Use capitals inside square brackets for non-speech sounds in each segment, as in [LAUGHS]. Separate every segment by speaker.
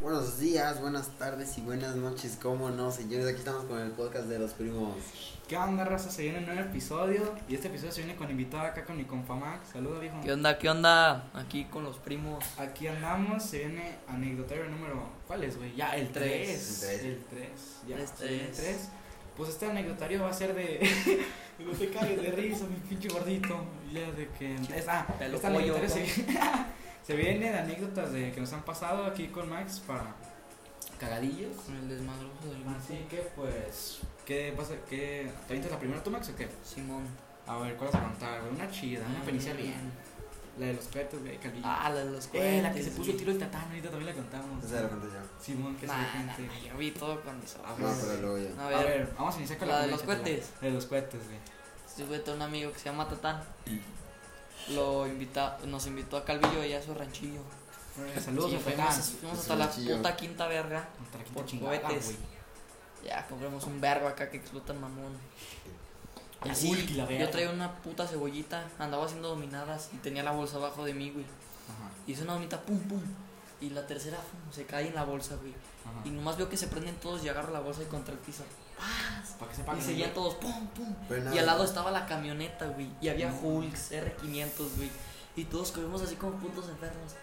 Speaker 1: Buenos días, buenas tardes y buenas noches, ¿cómo no, señores? Aquí estamos con el podcast de los primos.
Speaker 2: ¿Qué onda, raza? Se viene un nuevo episodio y este episodio se viene con invitada acá con mi compa Max. Saludos, viejo.
Speaker 3: ¿Qué onda? ¿Qué onda? Aquí con los primos.
Speaker 2: Aquí andamos, se viene anecdotario número. ¿Cuál es, güey? Ya, el 3.
Speaker 1: Tres.
Speaker 2: El 3. Ya,
Speaker 3: Tres,
Speaker 2: se viene el
Speaker 3: tres.
Speaker 2: 3. Pues este anecdotario va a ser de. [LAUGHS] no te cagues de risa, mi pinche gordito. Ya, de que. es- ah,
Speaker 3: Te lo
Speaker 2: este
Speaker 3: como
Speaker 2: anecdotario
Speaker 3: yo,
Speaker 2: se, [LAUGHS] se viene de anécdotas de, que nos han pasado aquí con Max para cagadillos.
Speaker 3: Con el desmadroso del grupo.
Speaker 2: Así que, pues. ¿Qué pasa? ¿Qué? ¿Te avientas la primera tú, Max, o qué?
Speaker 3: Simón.
Speaker 2: A ver, ¿cuál vas a contar, güey? Una chida, una experiencia bien. La de los cohetes, güey, Calvillo.
Speaker 3: Ah, la de los cohetes.
Speaker 2: eh, la que se puso
Speaker 3: güey.
Speaker 2: tiro el tatán, ahorita también la contamos.
Speaker 1: O sea, lo conté yo.
Speaker 2: Simón, que
Speaker 3: Nah,
Speaker 2: se
Speaker 3: nah,
Speaker 2: gente.
Speaker 3: nah, yo vi todo cuando se
Speaker 2: Ah,
Speaker 1: No,
Speaker 2: pues,
Speaker 1: pero luego yo.
Speaker 3: A
Speaker 2: A
Speaker 3: ver,
Speaker 2: ver, vamos a iniciar con
Speaker 3: la
Speaker 2: la
Speaker 3: de los
Speaker 2: primera,
Speaker 3: cohetes.
Speaker 2: La de los cohetes, güey.
Speaker 3: este güey tiene un amigo que se llama Tatán. Lo invita, nos invitó a Calvillo allá a su ranchillo.
Speaker 2: Eh, Saludos,
Speaker 3: Sí,
Speaker 2: a
Speaker 3: fuimos,
Speaker 2: Tatán.
Speaker 3: fuimos
Speaker 1: A su
Speaker 3: hasta la
Speaker 1: ranchillo.
Speaker 3: puta quinta verga.
Speaker 2: Contra la quinta
Speaker 3: Por
Speaker 2: chingada,
Speaker 3: cohetes.
Speaker 2: güey.
Speaker 3: Ya, compramos un verbo acá que explota el mamón. Y
Speaker 2: El
Speaker 3: así,
Speaker 2: bulky, la verga.
Speaker 3: yo traía una puta cebollita, andaba haciendo dominadas y tenía la bolsa abajo de mí, güey.
Speaker 2: Ajá,
Speaker 3: Hice una bonita pum pum. Y la tercera pum, se cae en la bolsa, güey.
Speaker 2: ajá.
Speaker 3: Y nomás veo que se prenden todos y agarro la bolsa y contra el piso.
Speaker 2: Para que sepan.
Speaker 3: Y
Speaker 2: que-
Speaker 3: seguían todos pum pum.
Speaker 1: Pero nada,
Speaker 3: Y al lado estaba la camioneta, güey. Y había Hulks, R500, güey. Y todos corrimos así como puntos enfermos.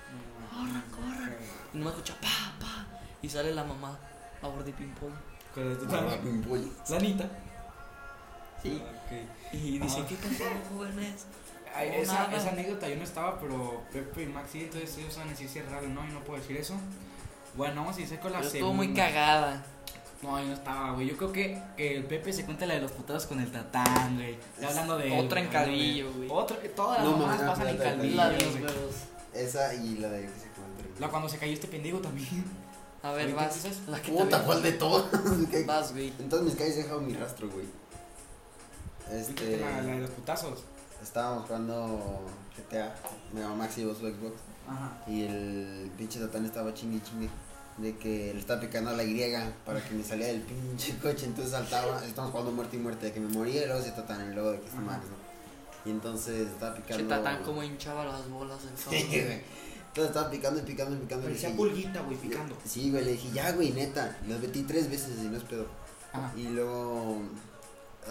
Speaker 2: No, no, no.
Speaker 3: Corran, corran. Y nomás escucha pa, pa. Y sale la mamá a favor de ping-pong.
Speaker 2: Con el
Speaker 1: Mamá,
Speaker 2: Tatán.
Speaker 1: pim, pui.
Speaker 2: Lanita.
Speaker 3: Sí.
Speaker 2: Ok.
Speaker 3: Y dice,
Speaker 2: Ah.
Speaker 3: ¿qué pasó, jóvenes?
Speaker 2: Ay,
Speaker 3: No,
Speaker 2: esa,
Speaker 3: nada.
Speaker 2: esa anécdota yo no estaba, pero Pepe y Maxi, entonces ellos saben decir si es raro o no, yo no puedo decir eso. Bueno, vamos a iniciar con la
Speaker 3: Yo
Speaker 2: segunda.
Speaker 3: estuvo muy cagada.
Speaker 2: No, yo no estaba, güey. Yo creo que, que el Pepe se cuenta la de los putados con el tatán, güey. Ya hablando de.
Speaker 3: Otra en Calvillo, güey.
Speaker 2: Otra, que todas las
Speaker 1: No,
Speaker 2: mamás
Speaker 1: mames,
Speaker 2: pasan en
Speaker 1: la de-
Speaker 2: Calvillo.
Speaker 3: La de los
Speaker 2: güey.
Speaker 3: huevos.
Speaker 1: Esa y la de que se comen
Speaker 2: La cuando se cayó este pendejo también.
Speaker 3: A ver,
Speaker 2: Ahorita
Speaker 3: vas.
Speaker 2: empiezas.
Speaker 3: La que te
Speaker 1: Puta,
Speaker 3: ve.
Speaker 1: ¿cuál de todos? ¿Qué?
Speaker 3: Vas, güey.
Speaker 1: En todas mis calles he dejado mi rastro, güey.
Speaker 2: Este... [LAUGHS]
Speaker 1: Este.
Speaker 2: La, la de los putazos.
Speaker 1: Estábamos jugando GTA. Me llamó Maxi y vos su Xbox.
Speaker 2: Ajá.
Speaker 1: Y el pinche Tatán estaba chingue chingue de que le estaba picando a la Y para que me saliera del pinche coche. Entonces saltaba, estamos jugando muerte y muerte, de que me moría y luego se Tatán y luego de que se
Speaker 2: Ajá.
Speaker 1: Max, ¿no? Y entonces estaba
Speaker 3: Che,
Speaker 1: picando.
Speaker 3: tatán como hinchaba las bolas
Speaker 1: [LAUGHS]
Speaker 3: el
Speaker 1: Sí, güey.
Speaker 3: cabrón.
Speaker 1: [LAUGHS] Entonces estaba picando y picando y picando. y le
Speaker 2: Parecía
Speaker 1: dije,
Speaker 2: pulguita, güey, picando.
Speaker 1: Sí, güey, le dije, ya, güey, neta. Los metí tres veces y no es pedo.
Speaker 2: Ajá.
Speaker 1: Y luego,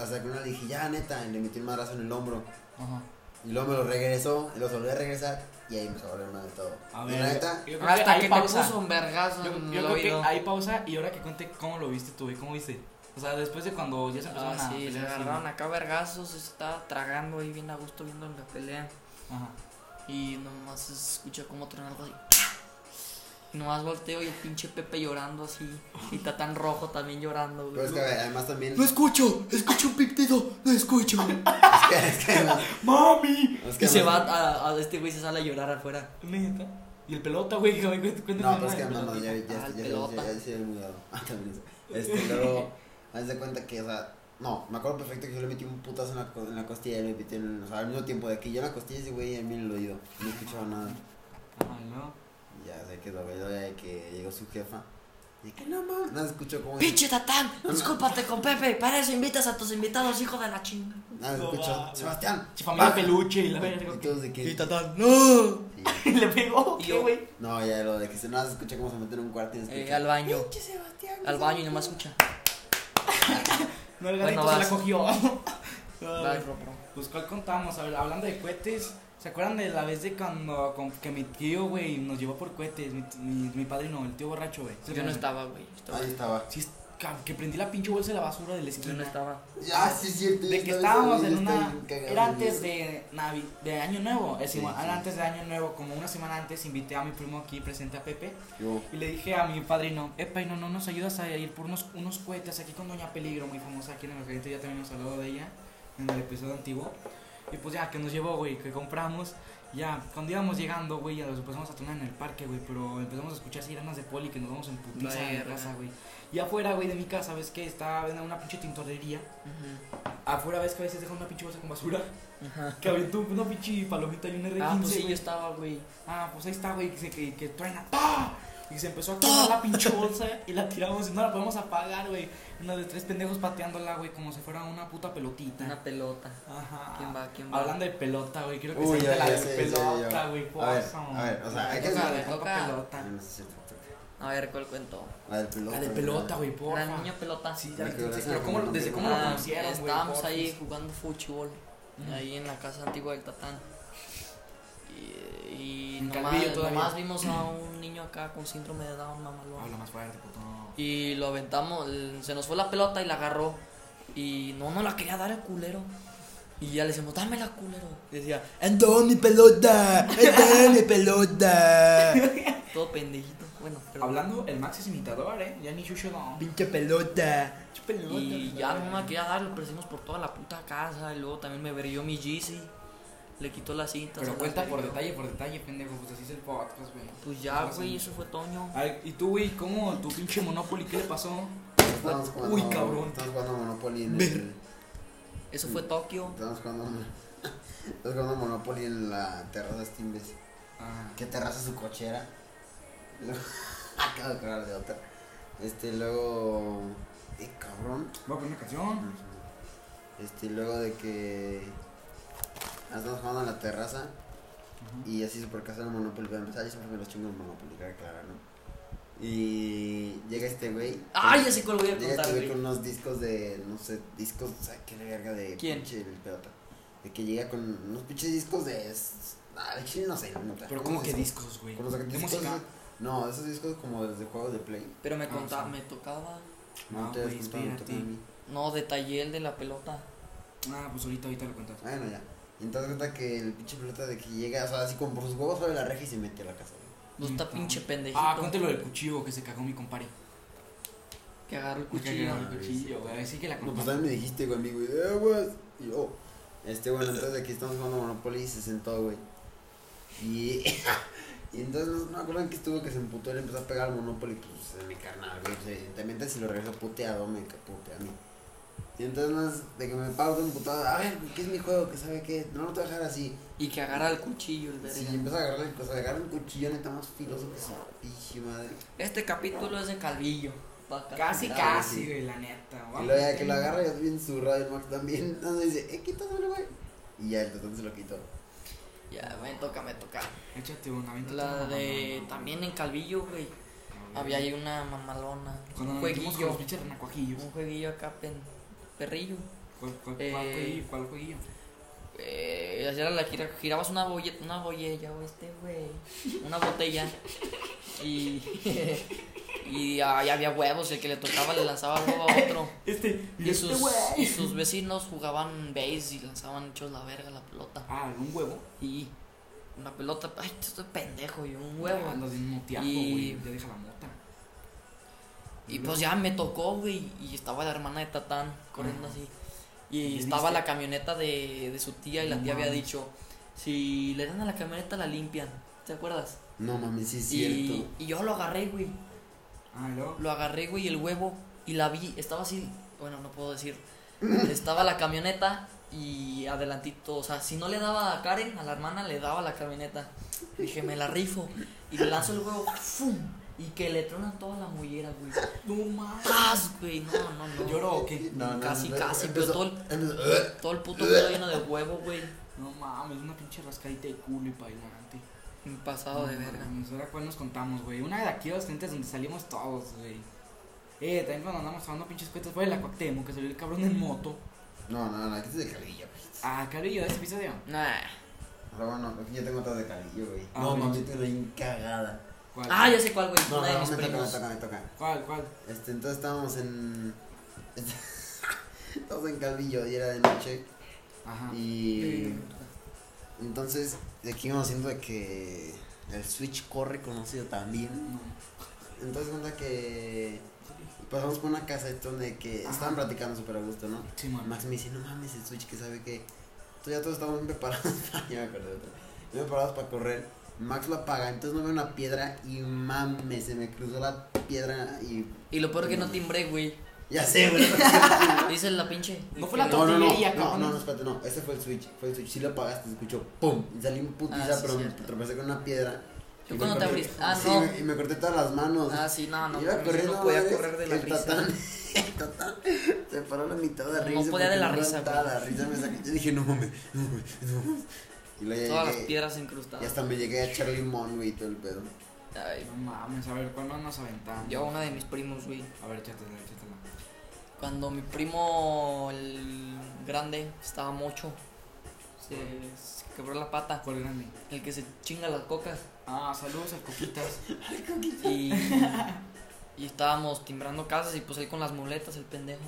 Speaker 1: hasta que una le dije, ya, neta, y le metí un madrazo en el hombro.
Speaker 2: Ajá.
Speaker 1: Y luego me lo regresó, y lo volví a regresar, y ahí me a volver de todo.
Speaker 2: A
Speaker 1: Y la
Speaker 2: ver.
Speaker 1: neta,
Speaker 2: yo- yo creo
Speaker 3: Hasta
Speaker 2: ahí
Speaker 3: que te
Speaker 2: Ah, pausa.
Speaker 3: puso un vergazo
Speaker 2: Yo,
Speaker 3: en
Speaker 2: yo
Speaker 3: el
Speaker 2: creo que
Speaker 3: oído.
Speaker 2: hay pausa y ahora que cuente cómo lo viste tú, güey. ¿Cómo viste? O sea, después de cuando ya se empezó
Speaker 3: Ah,
Speaker 2: a
Speaker 3: sí, le
Speaker 2: pelear así,
Speaker 3: agarraron acá vergazos, se estaba tragando ahí bien a gusto viendo la pelea.
Speaker 2: Ajá.
Speaker 3: Y nomás se escucha como truena algo así. Y nomás volteo y el pinche Pepe llorando así. Y Tatán rojo también llorando,
Speaker 1: pero
Speaker 3: güey.
Speaker 1: es que además también.
Speaker 3: escucho, escucho un piptido, no escucho.
Speaker 1: Es que además-
Speaker 2: ¡Mami!
Speaker 1: es que
Speaker 3: Y se va
Speaker 1: además-
Speaker 3: a, a- este güey se sale a llorar afuera.
Speaker 2: Neta. Y el pelota, güey, [LAUGHS] que me
Speaker 1: No, pero es que no, no, ya, ya,
Speaker 3: Ah,
Speaker 1: ya,
Speaker 3: el
Speaker 1: ya,
Speaker 3: pelota.
Speaker 1: ya, ya se había mudado. [LAUGHS] Ah, también eso. Este, luego, [LAUGHS] haz de cuenta que, o sea, no, me acuerdo perfecto que yo le metí un putazo en la, co- en la costilla y le metí en, o sea, al mismo tiempo de que yo en la costilla ese güey a mí en el oído. No escuchaba nada.
Speaker 2: Ah, no.
Speaker 1: Y Ya sé que lo veo ya de que llegó su jefa. Y que no mames, nada escuchó como.
Speaker 3: Pinche Tatán, discúlpate con Pepe, para eso invitas a tus invitados, hijo de la chinga.
Speaker 1: Nada escuchó. Sebastián.
Speaker 2: Che, familia
Speaker 1: baja.
Speaker 3: Ah.
Speaker 2: peluche y la verga.
Speaker 1: Y todos de que.
Speaker 3: Tatán, no.
Speaker 1: Sí.
Speaker 2: Y [LAUGHS] le pegó,
Speaker 3: Y
Speaker 2: ¿qué,
Speaker 3: yo-
Speaker 2: güey?
Speaker 1: No, ya lo de que se nada se escucha como se mete en un cuarto y se
Speaker 3: Eh,
Speaker 1: escucha.
Speaker 3: al baño,
Speaker 1: Pinche Sebastián.
Speaker 3: al baño y nomás escucha.
Speaker 2: No, el
Speaker 3: Bueno,
Speaker 2: gatito se la
Speaker 3: vas. [LAUGHS]
Speaker 2: cogió.
Speaker 3: Dale,
Speaker 2: Ay,
Speaker 3: ro, ro.
Speaker 2: pues, ¿cuál contamos? A ver, hablando de cohetes, ¿se acuerdan de la vez de cuando con- que mi tío, güey, nos llevó por cohetes? Mi, mi, mi padrino, el tío borracho, güey. ¿Se
Speaker 3: Yo no
Speaker 2: acuerdan?
Speaker 3: estaba, güey.
Speaker 2: Ah,
Speaker 3: estaba-
Speaker 1: Ahí estaba.
Speaker 2: Sí, es- ca- que prendí la pinche bolsa de la basura del
Speaker 3: Yo no
Speaker 2: esquina.
Speaker 3: estaba.
Speaker 1: Ya, sí, es cierto.
Speaker 2: De que estábamos en una. Era antes de, Navi, de Año Nuevo. Es
Speaker 1: Sí,
Speaker 2: igual,
Speaker 1: sí.
Speaker 2: era antes de Año Nuevo, como una semana antes, invité a mi primo aquí presente a Pepe.
Speaker 1: Yo.
Speaker 2: Y le dije a mi padrino, epa, y no, no nos ayudas a ir por unos, unos cohetes aquí con Doña Peligro, muy famosa aquí en el Margarito, ya también hemos hablado de ella en el episodio antiguo. Y pues ya, que nos llevó, güey, que compramos. Ya, cuando íbamos llegando, güey, ya los empezamos a tomar en el parque, güey, pero empezamos a escuchar sirenas de poli que nos vamos en putiza de
Speaker 3: Verga.
Speaker 2: casa, güey. Y afuera, güey, de mi casa, ¿ves qué? Está en una pinche tintorería.
Speaker 3: Ujú.
Speaker 2: Afuera, ¿ves que a veces dejan una pinche bolsa con basura?
Speaker 3: Ajá.
Speaker 2: Que aventó una pinche palomita y un R15,
Speaker 3: Ah, pues sí,
Speaker 2: güey.
Speaker 3: yo estaba, güey.
Speaker 2: Ah, pues ahí está, güey, que, se- que, que truena. ¡Pah! Y se empezó a quemar la pinche bolsa y la tiramos y no la podemos apagar, güey. Una de tres pendejos pateándola, güey, como si fuera una puta pelotita.
Speaker 3: Una pelota.
Speaker 2: Ajá.
Speaker 3: ¿Quién va? ¿Quién va?
Speaker 2: Hablando de pelota, güey, quiero que
Speaker 1: Uy,
Speaker 2: se
Speaker 1: ya,
Speaker 2: la
Speaker 1: ya
Speaker 2: de
Speaker 1: sé, ya sé,
Speaker 2: pelota,
Speaker 1: ya.
Speaker 2: güey.
Speaker 1: A ver,
Speaker 2: pozo.
Speaker 1: a ver, o sea, hay que
Speaker 2: Toca,
Speaker 3: hacer-
Speaker 2: toca
Speaker 3: toca.
Speaker 2: pelota.
Speaker 1: No sé si-
Speaker 3: A ver, ¿cuál cuento?
Speaker 1: La del pelota.
Speaker 2: Ah. La de pelota, güey,
Speaker 3: Era
Speaker 2: porfa.
Speaker 3: el niño pelota.
Speaker 2: Sí, ya
Speaker 1: La que
Speaker 2: entonces,
Speaker 1: gracias
Speaker 2: pero
Speaker 1: a
Speaker 2: ¿cómo,
Speaker 1: Dios,
Speaker 2: desde
Speaker 1: no
Speaker 2: cómo lo
Speaker 1: me-
Speaker 3: Ah,
Speaker 2: conocieron, güey.
Speaker 3: Estábamos
Speaker 2: porfa?
Speaker 3: ahí jugando fútbol.
Speaker 2: Mm.
Speaker 3: Ahí en la casa antigua del Tatán. Y, y
Speaker 2: En
Speaker 3: nomás,
Speaker 2: Calvillo todavía. Ah,
Speaker 3: nomás vimos a un niño acá con síndrome de Down, mamalón.
Speaker 2: Habla más fuerte, puto. no.
Speaker 3: Y lo aventamos, el- se nos fue la pelota y la agarró. Y no, no la quería dar el culero. Y ya le decimos, dámela, culero. Y decía,
Speaker 4: Entonces mi pelota, entonces mi pelota,
Speaker 3: todo pendejito. Bueno, pero.
Speaker 2: Hablando, el Max es imitador, eh. Ya ni Shusho no.
Speaker 4: pinche pelota.
Speaker 3: Y ya no me quería darlo, pero hicimos por toda la puta casa. Y luego también me brilló mi Yeezy. Le quitó la cinta. se
Speaker 2: Pero
Speaker 3: la
Speaker 2: cuenta por
Speaker 3: aventó.
Speaker 2: detalle, por detalle, pendejo. Pues así es el podcast, güey.
Speaker 3: Pues ya,
Speaker 2: No,
Speaker 3: güey,
Speaker 2: sí.
Speaker 3: eso fue Toño.
Speaker 2: A ver, ¿Y tú, güey, cómo tu pinche Monopoly, qué le pasó?
Speaker 1: Estábamos jugando-
Speaker 2: Uy, cabrón.
Speaker 1: Estábamos jugando Monopoly en
Speaker 2: Ver.
Speaker 1: el.
Speaker 3: Eso fue Tokio.
Speaker 1: Estábamos jugando. [LAUGHS] Estábamos jugando Monopoly en la terraza Steambase.
Speaker 2: Ah,
Speaker 1: que terraza su cochera. Luego- [LAUGHS] Acabo de acordar de otra. Este, luego. Eh, cabrón.
Speaker 2: voy a poner una canción.
Speaker 1: Este, luego de que. Estamos jugando en la terraza. Y así super casado el Monopoly. Para empezar, yo siempre me los chingo en Monopoly, claro, claro, ¿no? Y llega este güey.
Speaker 3: Ah, ya sé cuál voy a
Speaker 1: Llega
Speaker 3: contar,
Speaker 1: este güey
Speaker 3: güey.
Speaker 1: con unos discos de. No sé, discos. O sea, qué verga de.
Speaker 3: ¿Quién?
Speaker 1: pinche el pelota. De que llega con unos pinches discos de. Ah, de chile no sé. no me acuerdo
Speaker 2: Pero
Speaker 1: cómo
Speaker 2: ¿cómo
Speaker 1: se
Speaker 2: que
Speaker 1: llama.
Speaker 2: discos, güey?
Speaker 1: Con los
Speaker 2: ¿De
Speaker 1: discos
Speaker 2: música?
Speaker 1: esos- No, esos discos como desde juegos de Play.
Speaker 3: Pero me
Speaker 2: Ah,
Speaker 3: contaba,
Speaker 2: sí.
Speaker 3: me tocaba.
Speaker 2: No,
Speaker 1: te
Speaker 2: güey,
Speaker 1: has contado, me tocó a
Speaker 2: espérate.
Speaker 1: mí.
Speaker 3: No, detallé el de la pelota.
Speaker 2: Ah, pues ahorita, ahorita lo cuentas.
Speaker 1: Bueno, ya. Y entonces cuenta que el pinche pelota de que llega, o sea, así como por sus huevos abre la reja y se mete a la casa. güey.
Speaker 3: No está pinche pendejito.
Speaker 2: Ah, cuéntelo del cuchillo que se cagó mi compadre.
Speaker 3: Que agarró el
Speaker 2: Me
Speaker 3: cuchillo.
Speaker 2: cagaron el cuchillo, güey. Así que la
Speaker 1: No,
Speaker 2: contamos.
Speaker 1: pues también me dijiste, güey, amigo, y de aguas. Y yo, este, bueno, entonces de que estamos jugando Monopoly y se sentó, güey. Y, [LAUGHS] y entonces no, no me acuerdo en qué estuvo que se emputó, le empezó a pegar al Monopoly, pues en mi carnal, güey. pues, evidentemente si lo regreso puteado, me ca- putea a mí. Y entonces más de que me paro de emputado, a ver, güey, ¿qué es mi juego? que sabe qué? No lo te voy a dejar así.
Speaker 3: Y que agarra el cuchillo el
Speaker 1: Sí,
Speaker 3: verga.
Speaker 1: empezó a agarrar, pues, a agarrar un cuchillo neta más filoso que su pinche madre.
Speaker 3: Este capítulo es de Calvillo. Pa' acá.
Speaker 2: Casi,
Speaker 1: Ah,
Speaker 2: casi,
Speaker 1: sí.
Speaker 2: güey, la neta.
Speaker 1: Y
Speaker 2: Vamos.
Speaker 1: luego ya que lo agarra, ya es bien zurrado el Max también. [LAUGHS] Entonces dice, eh, quítaselo, güey. Y ya el tatán se lo quitó.
Speaker 3: Ya, me toca, me toca.
Speaker 2: Échate una venta.
Speaker 3: La de. También en Calvillo, güey. Había ahí una mamalona.
Speaker 2: Cuando
Speaker 3: Un
Speaker 2: nos metimos con los
Speaker 3: jueguillo.
Speaker 2: pinches renacuajillos.
Speaker 3: Un jueguillo acá, pen- perrillo.
Speaker 2: ¿Cuál, cuál,
Speaker 3: Eh,
Speaker 2: cuál jueguillo? ¿Cuál jueguillo?
Speaker 3: Eh, hacía la gira- girabas una bolleta, una botella, o este güey, una botella. Y, [LAUGHS] y ahí había huevos, el que le tocaba le lanzaba huevo a otro.
Speaker 2: Este,
Speaker 3: Y sus, y sus vecinos jugaban base y lanzaban hechos la verga la pelota.
Speaker 2: Ah, un huevo.
Speaker 3: Y una pelota, ay, estoy pendejo, y un huevo.
Speaker 2: Ah, Andas bien moteado,
Speaker 3: Y-
Speaker 2: güey. Ya deja la mota.
Speaker 3: Y pues ya me tocó, güey, y estaba la hermana de Tatán corriendo
Speaker 2: Ajá.
Speaker 3: así.
Speaker 2: ¿Y
Speaker 3: Y
Speaker 2: le
Speaker 3: estaba
Speaker 2: diste?
Speaker 3: la camioneta de, de su tía y la
Speaker 2: No
Speaker 3: tía había
Speaker 2: mames.
Speaker 3: dicho, si le dan a la camioneta la limpian, ¿te acuerdas?
Speaker 1: No mami, sí es
Speaker 3: Y,
Speaker 1: cierto.
Speaker 3: y yo lo agarré, güey,
Speaker 2: Ah, y luego.
Speaker 3: lo agarré, güey, el huevo y la vi, estaba así, bueno, no
Speaker 2: [CLEARS THROAT]
Speaker 3: puedo decir, estaba la camioneta y adelantito, o sea, si no le daba a Karen, a la hermana, le daba la camioneta. Dije, me la rifo y le lanzo el huevo, ¡fum! Y que le trona toda la mollera, güey.
Speaker 2: No mames.
Speaker 3: ¡Tras, güey! No, no, no.
Speaker 2: ¿Lloró o qué?
Speaker 3: casi, casi, pero
Speaker 1: empezó-
Speaker 3: todo el-
Speaker 1: empezó, "Ugh".
Speaker 3: Todo el puto mundo lleno de huevo, güey.
Speaker 2: No mames, una pinche rascadita de culo y bailante.
Speaker 3: Un pasado de
Speaker 2: No
Speaker 3: verga.
Speaker 2: mames, Ahora cuál nos contamos, güey. Una de aquí docentes donde salimos todos, güey. Eh, también cuando andamos jugando pinches cuentas fue el Acuactemo, que salió el cabrón en moto.
Speaker 1: No, no, no, aquí es de calillo.
Speaker 2: Ah, cabrillo, ese episodio.
Speaker 3: Nah.
Speaker 1: Pero bueno, aquí yo tengo otras de calillo, güey.
Speaker 2: Ah,
Speaker 1: no
Speaker 2: bueno.
Speaker 1: mami, te lo encagada.
Speaker 2: ¿Cuál?
Speaker 3: Ah, ya sé cuál, güey.
Speaker 1: No,
Speaker 3: Una de
Speaker 1: no,
Speaker 3: mis
Speaker 1: me toca, me
Speaker 3: primos.
Speaker 1: toca, me toca.
Speaker 2: ¿Cuál, cuál?
Speaker 1: Este, entonces estábamos en. [LAUGHS] Estábamos en Calvillo y era de noche.
Speaker 3: Ah,
Speaker 2: Ajá.
Speaker 1: Y. Entonces, de aquí íbamos haciendo de que el Switch corre conocido también.
Speaker 2: No.
Speaker 1: Entonces cuenta que pasamos por una casa donde que
Speaker 2: Ajá.
Speaker 1: estaban platicando súper a gusto, ¿no?
Speaker 2: Sí, mamá.
Speaker 1: Max me dice, no mames, el Switch que sabe que... Entonces ya todos estábamos bien preparados. [LAUGHS] ya me acordé de otra. Bien preparados para correr. Max lo apaga, entonces no veo una piedra y mames, se me cruzó la piedra y...
Speaker 3: Y lo peor que no timbré, güey.
Speaker 1: Ya sé,
Speaker 3: [LAUGHS]
Speaker 1: güey.
Speaker 3: Dice la pinche.
Speaker 2: No fue la
Speaker 1: No, no, no,
Speaker 2: tortillería,
Speaker 1: no,
Speaker 2: cabrón.
Speaker 1: no, no, espérate, no, ese fue el switch, fue el switch, sí lo apagaste, escuchó, pum, y salí un putiza,
Speaker 3: Ah, sí,
Speaker 1: pero me
Speaker 3: cierto.
Speaker 1: tropecé con una piedra.
Speaker 3: ¿Tú
Speaker 1: Y me
Speaker 3: cuándo te
Speaker 1: corté-
Speaker 3: abriste? Ah,
Speaker 1: sí,
Speaker 3: no.
Speaker 1: me- y me corté todas las manos.
Speaker 3: Ah, sí, no, no.
Speaker 1: Iba
Speaker 3: yo
Speaker 1: corriendo,
Speaker 3: no podía
Speaker 1: madre,
Speaker 3: correr de la
Speaker 1: el
Speaker 3: risa.
Speaker 1: Tatán, [LAUGHS] el tatán se paró a la mitad de la
Speaker 3: No
Speaker 1: risa.
Speaker 3: podía de
Speaker 1: porque
Speaker 3: la
Speaker 1: no
Speaker 3: risa,
Speaker 1: aguantaba
Speaker 3: güey.
Speaker 1: la risa, me saqué. Yo dije, no mames, no mames, no mames. Y luego ya
Speaker 3: Todas las
Speaker 1: llegué,
Speaker 3: piedras
Speaker 1: y
Speaker 3: incrustadas.
Speaker 1: hasta me llegué a echar limón, güey, y todo el pedo.
Speaker 3: Ay,
Speaker 2: No mames, a ver, ¿cuál más nos aventamos?
Speaker 3: yo a uno de mis primos, güey.
Speaker 2: A ver, échatela, échatela.
Speaker 3: Cuando mi primo, el grande, estaba mocho, se, se quebró la pata.
Speaker 2: ¿Cuál grande?
Speaker 3: El que se chinga las cocas.
Speaker 2: Ah, saludos al Coquitas.
Speaker 1: [LAUGHS]
Speaker 3: Y, y estábamos timbrando casas y pues él con las muletas, el pendejo.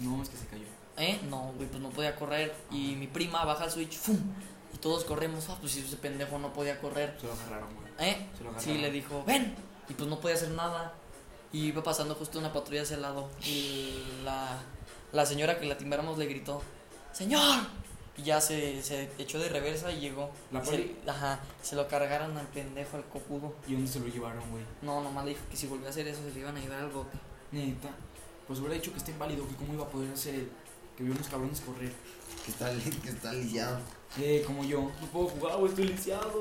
Speaker 2: No, es que se cayó.
Speaker 3: ¿Eh? No, güey, pues no podía correr. Y mi prima baja el switch, ¡fum! Y todos corremos. Ah, pues si ese pendejo no podía correr.
Speaker 2: Se lo agarraron, güey.
Speaker 3: ¿Eh?
Speaker 2: Se lo agarraron.
Speaker 3: Sí, le dijo, ven. Y pues no podía hacer nada. Y iba pasando justo una patrulla hacia el lado. Y la, la señora que la timbramos le gritó, ¡Señor! Y ya se, se echó de reversa y llegó.
Speaker 2: ¿La
Speaker 3: Se-
Speaker 2: poli?
Speaker 3: Ajá, se lo cargaron al pendejo, al copudo.
Speaker 2: ¿Y dónde se lo llevaron, güey?
Speaker 3: No, nomás le dijo que si volvía a hacer eso se le iban a llevar al bote.
Speaker 2: Neta. Pues hubiera dicho que está inválido, que cómo iba a poder hacer él. Que vio unos cabrones correr.
Speaker 1: Que está, li- que está lisiado.
Speaker 2: Eh, como yo. No puedo jugar, güey, estoy lisiado.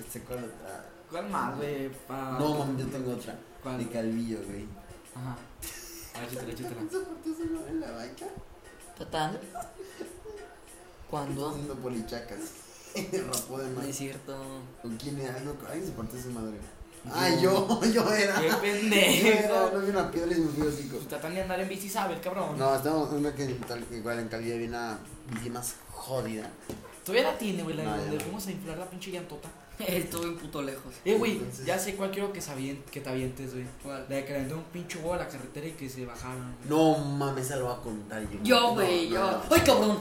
Speaker 1: Este cuál otra.
Speaker 2: ¿Cuál más, güey?
Speaker 3: Ah,
Speaker 2: Pa-
Speaker 1: No, mami, yo tengo otra.
Speaker 2: ¿Cuál?
Speaker 1: De Calvillo,
Speaker 3: [LAUGHS]
Speaker 1: güey.
Speaker 2: Ajá. A ver, échatela, échatela.
Speaker 1: Se partió su madre en la banca.
Speaker 3: Total.
Speaker 1: Estaba
Speaker 2: [LAUGHS]
Speaker 3: Cuando.
Speaker 1: haciendo polichacas. [LAUGHS] Rapó de
Speaker 3: No es
Speaker 1: más.
Speaker 3: cierto.
Speaker 1: ¿Con quién era? No, ay, se partió su madre. Ay, yo, [LAUGHS] yo era.
Speaker 2: ¡Qué
Speaker 1: Yo era,
Speaker 2: pendejo!
Speaker 1: no vi una piedra y me fui así como-
Speaker 2: Pues tratan de andar en bici, sabe el cabrón.
Speaker 1: No, estamos en una que tal, igual en Calvillo había una bici más jodida.
Speaker 2: Todavía la tiene, güey, la
Speaker 1: No, ya
Speaker 2: donde
Speaker 1: no.
Speaker 2: fuimos a inflar la pinche llantota.
Speaker 3: [LAUGHS] Estuve un puto lejos.
Speaker 2: Eh, güey,
Speaker 1: Entonces-
Speaker 2: ya sé cuál quiero que, se avien- que te avientes, güey.
Speaker 3: ¿Cuál?
Speaker 2: La de que le aventó un pinche huevo a la carretera y que se bajaron. güey.
Speaker 1: No mames, se lo va a contar yo.
Speaker 3: Yo,
Speaker 1: No,
Speaker 3: güey,
Speaker 1: no,
Speaker 3: yo.
Speaker 1: no.
Speaker 3: [LAUGHS] ¡Ay, cabrón!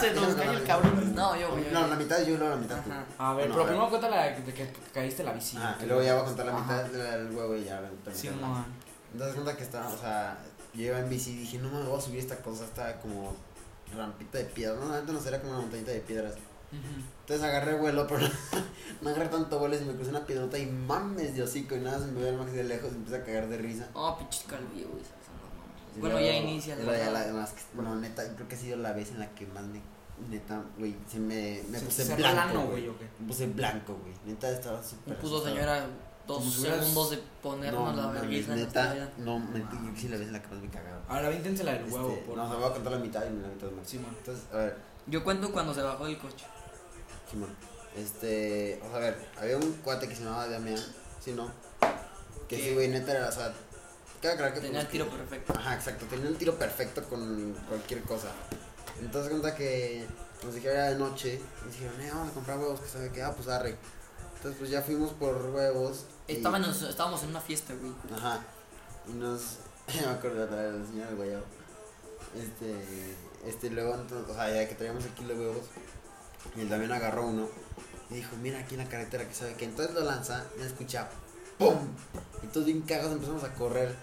Speaker 2: Se nos cayó el cabrón.
Speaker 3: No, yo, güey.
Speaker 1: No, la mitad yo, luego la mitad tú.
Speaker 3: Ajá.
Speaker 2: A ver,
Speaker 1: Bueno,
Speaker 2: pero primero cuenta la de que, que caíste la bici.
Speaker 1: Ah,
Speaker 2: güey.
Speaker 1: y luego ya va a contar la
Speaker 2: Ajá.
Speaker 1: mitad del huevo y ya la otra
Speaker 2: Sí,
Speaker 1: mitad.
Speaker 2: man.
Speaker 1: Entonces cuenta que estaba, o sea, yo iba en bici y dije, no me voy a subir esta cosa, esta como rampita de piedra. No, antes no era como una montañita de piedras.
Speaker 2: Ujú.
Speaker 1: Entonces agarré vuelo, pero [LAUGHS] no agarré tanto vuelo y se me crucé una piedrota y mames de hocico y nada, se me ve el maxi de lejos y empecé a cagar de risa.
Speaker 3: Oh, pinches calvillo, güey. esas son las mamas.
Speaker 1: Y
Speaker 3: Bueno,
Speaker 1: luego-
Speaker 3: ya inicia.
Speaker 1: y
Speaker 3: de
Speaker 1: luego ya
Speaker 3: verdad.
Speaker 1: la- más que- bueno, neta, yo creo que ha sido la vez en la que más me, neta, güey, se me, me
Speaker 2: Se-
Speaker 1: puse
Speaker 2: se
Speaker 1: blanco,
Speaker 2: aplano,
Speaker 1: güey.
Speaker 2: ¿o qué?
Speaker 1: Me puse blanco, güey. Neta, estaba
Speaker 3: Me
Speaker 1: súper
Speaker 3: puso,
Speaker 1: asustado.
Speaker 3: señora, dos
Speaker 2: Como si hubieras-
Speaker 3: segundos de ponernos la
Speaker 1: mames,
Speaker 3: vergüenza en nuestra
Speaker 1: neta,
Speaker 3: vida.
Speaker 1: no, me, yo creo que sí la vez en la que más me cagaba.
Speaker 2: Ahora avíntense la del
Speaker 1: Este,
Speaker 2: huevo, por
Speaker 1: no, o sea, voy a contar la mitad y la mitad más.
Speaker 2: Simón.
Speaker 1: Entonces, a ver,
Speaker 3: Yo cuento cuando se bajó del coche.
Speaker 1: Simón. Este, vamos a ver, había un cuate que se llamaba Damián, si no. Que
Speaker 3: Que-
Speaker 1: sí, güey, neta era, o sea, cada crack que
Speaker 3: Tenía el
Speaker 1: pues,
Speaker 3: tiro
Speaker 1: que-
Speaker 3: perfecto.
Speaker 1: Ajá, exacto, tenía un tiro perfecto con cualquier cosa. Entonces cuenta que nos dijeron era de noche, nos dijeron, eh, vamos a comprar huevos, que sabe qué, ah, pues arre. Entonces pues ya fuimos por huevos. y-
Speaker 3: Estaban en- estábamos en una fiesta, güey.
Speaker 1: Ajá. Y nos. [LAUGHS] me acuerdo de la señora del guayabo. Este. Este, luego, entonces, o sea, ya que traíamos el kilo de huevos. Y él también agarró uno. Y dijo, mira aquí en la carretera que sabe que. Entonces lo lanza, ya escucha. ¡Pum! Y todos bien cagados empezamos a correr.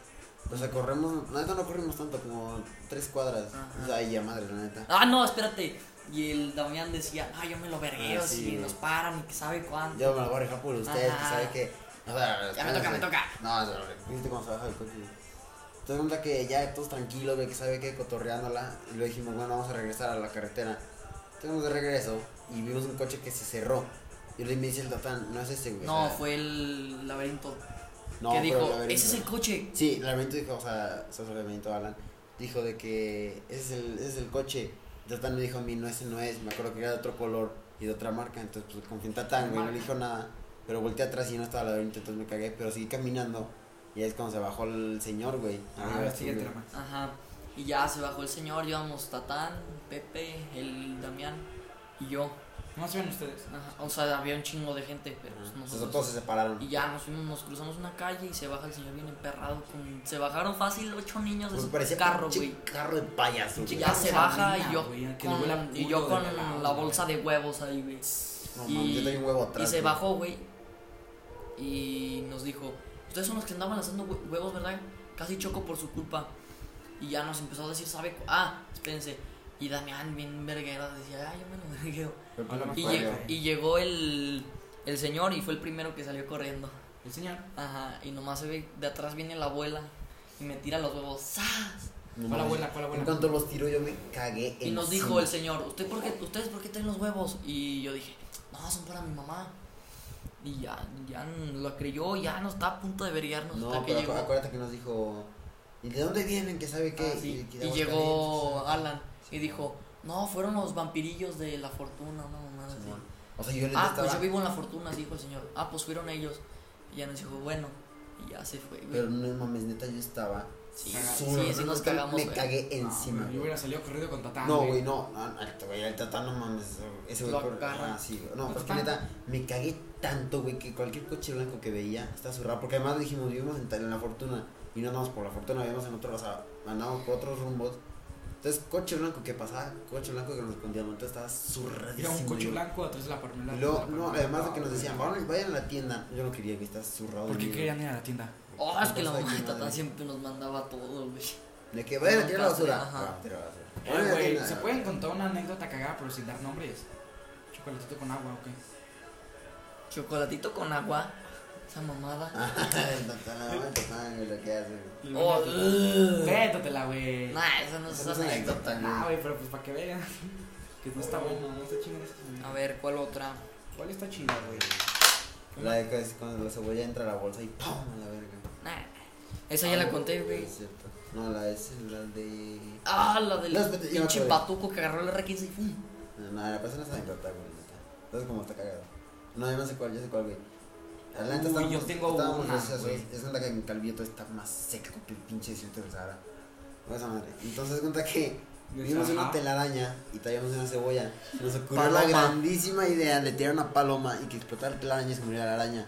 Speaker 1: O sea, corremos. La neta no corrimos tanto, como tres cuadras.
Speaker 3: Ajá.
Speaker 1: O sea, y ya madre, la neta.
Speaker 3: Ah, no, espérate. Y el Damián decía, ah, yo me lo vergueo
Speaker 1: Ah, sí,
Speaker 3: si
Speaker 1: güey.
Speaker 3: nos paran y que sabe cuánto.
Speaker 1: Yo me lo voy a dejar por ustedes,
Speaker 3: Ajá.
Speaker 1: que sabe que. O sea,
Speaker 3: Ya me toca, me
Speaker 1: espérense.
Speaker 3: toca.
Speaker 1: No, no, no, viste cómo se baja el coche. Entonces onda que ya todos tranquilos, güey, que sabe que cotorreándola. Y luego dijimos, bueno, vamos a regresar a la carretera. Estuvimos de regreso y vimos un coche que se cerró. Y luego me dice el tatán, no es ese, güey. o
Speaker 3: No,
Speaker 1: sea,
Speaker 3: fue el laberinto
Speaker 1: no,
Speaker 3: que
Speaker 1: pero
Speaker 3: dijo,
Speaker 1: laberinto.
Speaker 3: ese es el coche.
Speaker 1: Sí, el laberinto dijo, o sea, o sea, el laberinto Alan. Dijo de que ese es el, ese es el coche. El tatán me dijo a mí, no, ese no es. Me acuerdo que era de otro color y de otra marca. Entonces, pues confié en tatán, güey, no le dijo nada. Pero volteé atrás y no estaba el laberinto, entonces me cagué. Pero seguí caminando. Y ahí es cuando se bajó el señor, Ah, güey.
Speaker 3: Ah,
Speaker 2: A ver, sigue trama.
Speaker 3: Ajá. Y ya se bajó el señor, íbamos Tatán, Pepe, el Damián y yo.
Speaker 2: No se ven ustedes.
Speaker 3: Ajá. O sea, había un chingo de gente, pero pues
Speaker 1: Entonces todos
Speaker 3: nosotros.
Speaker 1: se separaron.
Speaker 3: Y ya nos fuimos, nos cruzamos una calle y se baja el señor bien emperrado. con- Se bajaron fácil ocho niños de
Speaker 1: Pues
Speaker 3: su
Speaker 1: parecía
Speaker 3: carro,
Speaker 1: pinche
Speaker 3: güey.
Speaker 1: carro de payaso,
Speaker 3: Y
Speaker 1: güey.
Speaker 3: ya se baja
Speaker 2: Carro
Speaker 3: y
Speaker 2: de
Speaker 3: yo
Speaker 2: güey, que le huele a
Speaker 3: con, y yo
Speaker 2: culo
Speaker 3: con
Speaker 2: de pelado,
Speaker 3: la
Speaker 2: güey.
Speaker 3: bolsa de huevos ahí, güey.
Speaker 1: No,
Speaker 3: y-
Speaker 1: mames, yo tenía un huevo atrás.
Speaker 3: Y
Speaker 1: güey.
Speaker 3: se bajó, güey. Y nos dijo, ustedes son los que andaban lanzando hue- huevos, ¿verdad? Casi choco por su culpa. Y ya nos empezó a decir, ¿sabe? cu- Ah, espérense. Y Damián, bien verguera, decía, ah, yo me lo vergueo.
Speaker 1: Pero, pues,
Speaker 2: Hola,
Speaker 1: no
Speaker 3: Y,
Speaker 1: fue
Speaker 2: Vaya.
Speaker 3: llegó,
Speaker 1: yo.
Speaker 3: y llegó el, el señor y fue el primero que salió corriendo.
Speaker 2: El señor.
Speaker 3: Ajá, y nomás se ve, de atrás viene la abuela y me tira los huevos. ¡zas!
Speaker 1: No
Speaker 2: ¿Cuál
Speaker 1: mames.
Speaker 2: abuela? ¿Cuál abuela?
Speaker 1: En cuanto los tiró, yo me cagué.
Speaker 3: Y nos
Speaker 1: encima.
Speaker 3: dijo el señor, ¿Usted por qué, ¿ustedes por qué traen los huevos? Y yo dije, no, son para mi mamá. Y ya, ya lo creyó, ya no está a punto de verguiarnos
Speaker 1: No,
Speaker 3: hasta que
Speaker 1: pero
Speaker 3: llegó.
Speaker 1: acu- acuérdate que nos dijo. ¿Y de dónde vienen? ¿Que sabe qué?
Speaker 3: Ah, sí.
Speaker 1: que de
Speaker 3: Y
Speaker 1: Aguascalientes.
Speaker 3: llegó Alan y dijo, no, fueron los vampirillos de la fortuna, una mamada así".
Speaker 1: O sea, yo le
Speaker 3: Ah,
Speaker 1: estaba.
Speaker 3: pues yo vivo en la fortuna, dijo el señor. Ah, pues fueron ellos. Y ya nos dijo, bueno, y ya se fue, güey.
Speaker 1: Pero no mames, neta, yo estaba.
Speaker 3: sí,
Speaker 2: Caga-
Speaker 1: solo,
Speaker 3: sí, sí nos
Speaker 1: neta,
Speaker 3: cagamos,
Speaker 1: Me
Speaker 3: güey.
Speaker 1: cagué
Speaker 2: No,
Speaker 1: encima.
Speaker 2: güey,
Speaker 1: güey.
Speaker 2: yo hubiera salido corrido con Tatán.
Speaker 1: No, güey, no, no, no, el güey, el Tata no mames, ese güey
Speaker 3: Lo
Speaker 1: por
Speaker 3: agarra.
Speaker 1: ah, sí, güey. No,
Speaker 2: Lo
Speaker 1: porque
Speaker 2: agarra.
Speaker 1: neta, me cagué tanto, güey, que cualquier coche blanco que veía está zurrado, porque además dijimos, vivimos en, tal- en la fortuna, y no andamos por la fortuna, vivimos en otro, o sea, andábamos por otros rumbos, entonces coche blanco que pasaba, coche blanco que nos escondíamos, entonces estaba
Speaker 2: Era
Speaker 1: zurradísimo.
Speaker 2: un coche
Speaker 1: güey.
Speaker 2: blanco atrás de la parmela.
Speaker 1: Y luego,
Speaker 2: la
Speaker 1: no,
Speaker 2: parmela.
Speaker 1: además de que nos decían, vayan, vayan a la tienda, yo no quería, güey, estás zurrado.
Speaker 2: ¿Por qué
Speaker 1: güey.
Speaker 2: querían ir a la tienda?
Speaker 3: Oh, es que la
Speaker 1: Entonces,
Speaker 3: mamá de
Speaker 1: aquí,
Speaker 3: Tatán
Speaker 1: madre.
Speaker 3: siempre nos mandaba todo, güey.
Speaker 1: De que vayan a tirar la
Speaker 3: Nunca se-
Speaker 1: basura.
Speaker 3: ajá.
Speaker 1: Ah, tirar la basura.
Speaker 2: Eh,
Speaker 1: Vayan a la
Speaker 2: güey,
Speaker 1: tienda.
Speaker 2: ¿se pueden contar una anécdota cagada pero sin dar nombres? Chocolatito con agua, ok.
Speaker 3: Chocolatito con agua, esa
Speaker 1: Ah,
Speaker 3: mamada.
Speaker 1: Ay, Tatán, no, Tatán, güey, lo que hace, güey.
Speaker 3: Oh, ugh.
Speaker 2: Vétatela, güey.
Speaker 3: Nah, esa no es
Speaker 1: Esa no es
Speaker 3: anécdota.
Speaker 1: anécdota,
Speaker 2: Ah,
Speaker 1: güey.
Speaker 2: güey, pero pues para que vean. [LAUGHS] Que no está bueno, no está chingada.
Speaker 3: A ver, ¿cuál otra?
Speaker 2: ¿Cuál está chida, güey?
Speaker 1: La de que es cuando la cebolla entra a la bolsa y ¡pum! a la verga.
Speaker 3: Nah, esa
Speaker 1: Ah,
Speaker 3: ya la conté,
Speaker 1: No
Speaker 3: güey.
Speaker 1: es cierto. No, la es la de.
Speaker 3: Ah, la del
Speaker 1: No, espérate, ya me
Speaker 3: pinche
Speaker 1: acordé.
Speaker 3: patuco que agarró el R15 y ¡fum!
Speaker 1: No, no, la persona está anécdota, güey. neta. Entonces, como está cagado. No, yo no sé cuál, yo sé cuál, güey. Adelante,
Speaker 2: Uy, yo
Speaker 1: estábamos,
Speaker 2: tengo
Speaker 1: estábamos
Speaker 2: una,
Speaker 1: recesos.
Speaker 2: güey.
Speaker 1: Es cuenta que mi calvieto está más seco que el pinche desierto del Sahara. O esa madre. Entonces, cuenta que vimos una
Speaker 2: Ajá.
Speaker 1: telaraña y traíamos una cebolla. Nos ocurrió
Speaker 3: Paloma.
Speaker 1: la grandísima idea de tirar una paloma y que explotara la telaraña y se muriera la araña.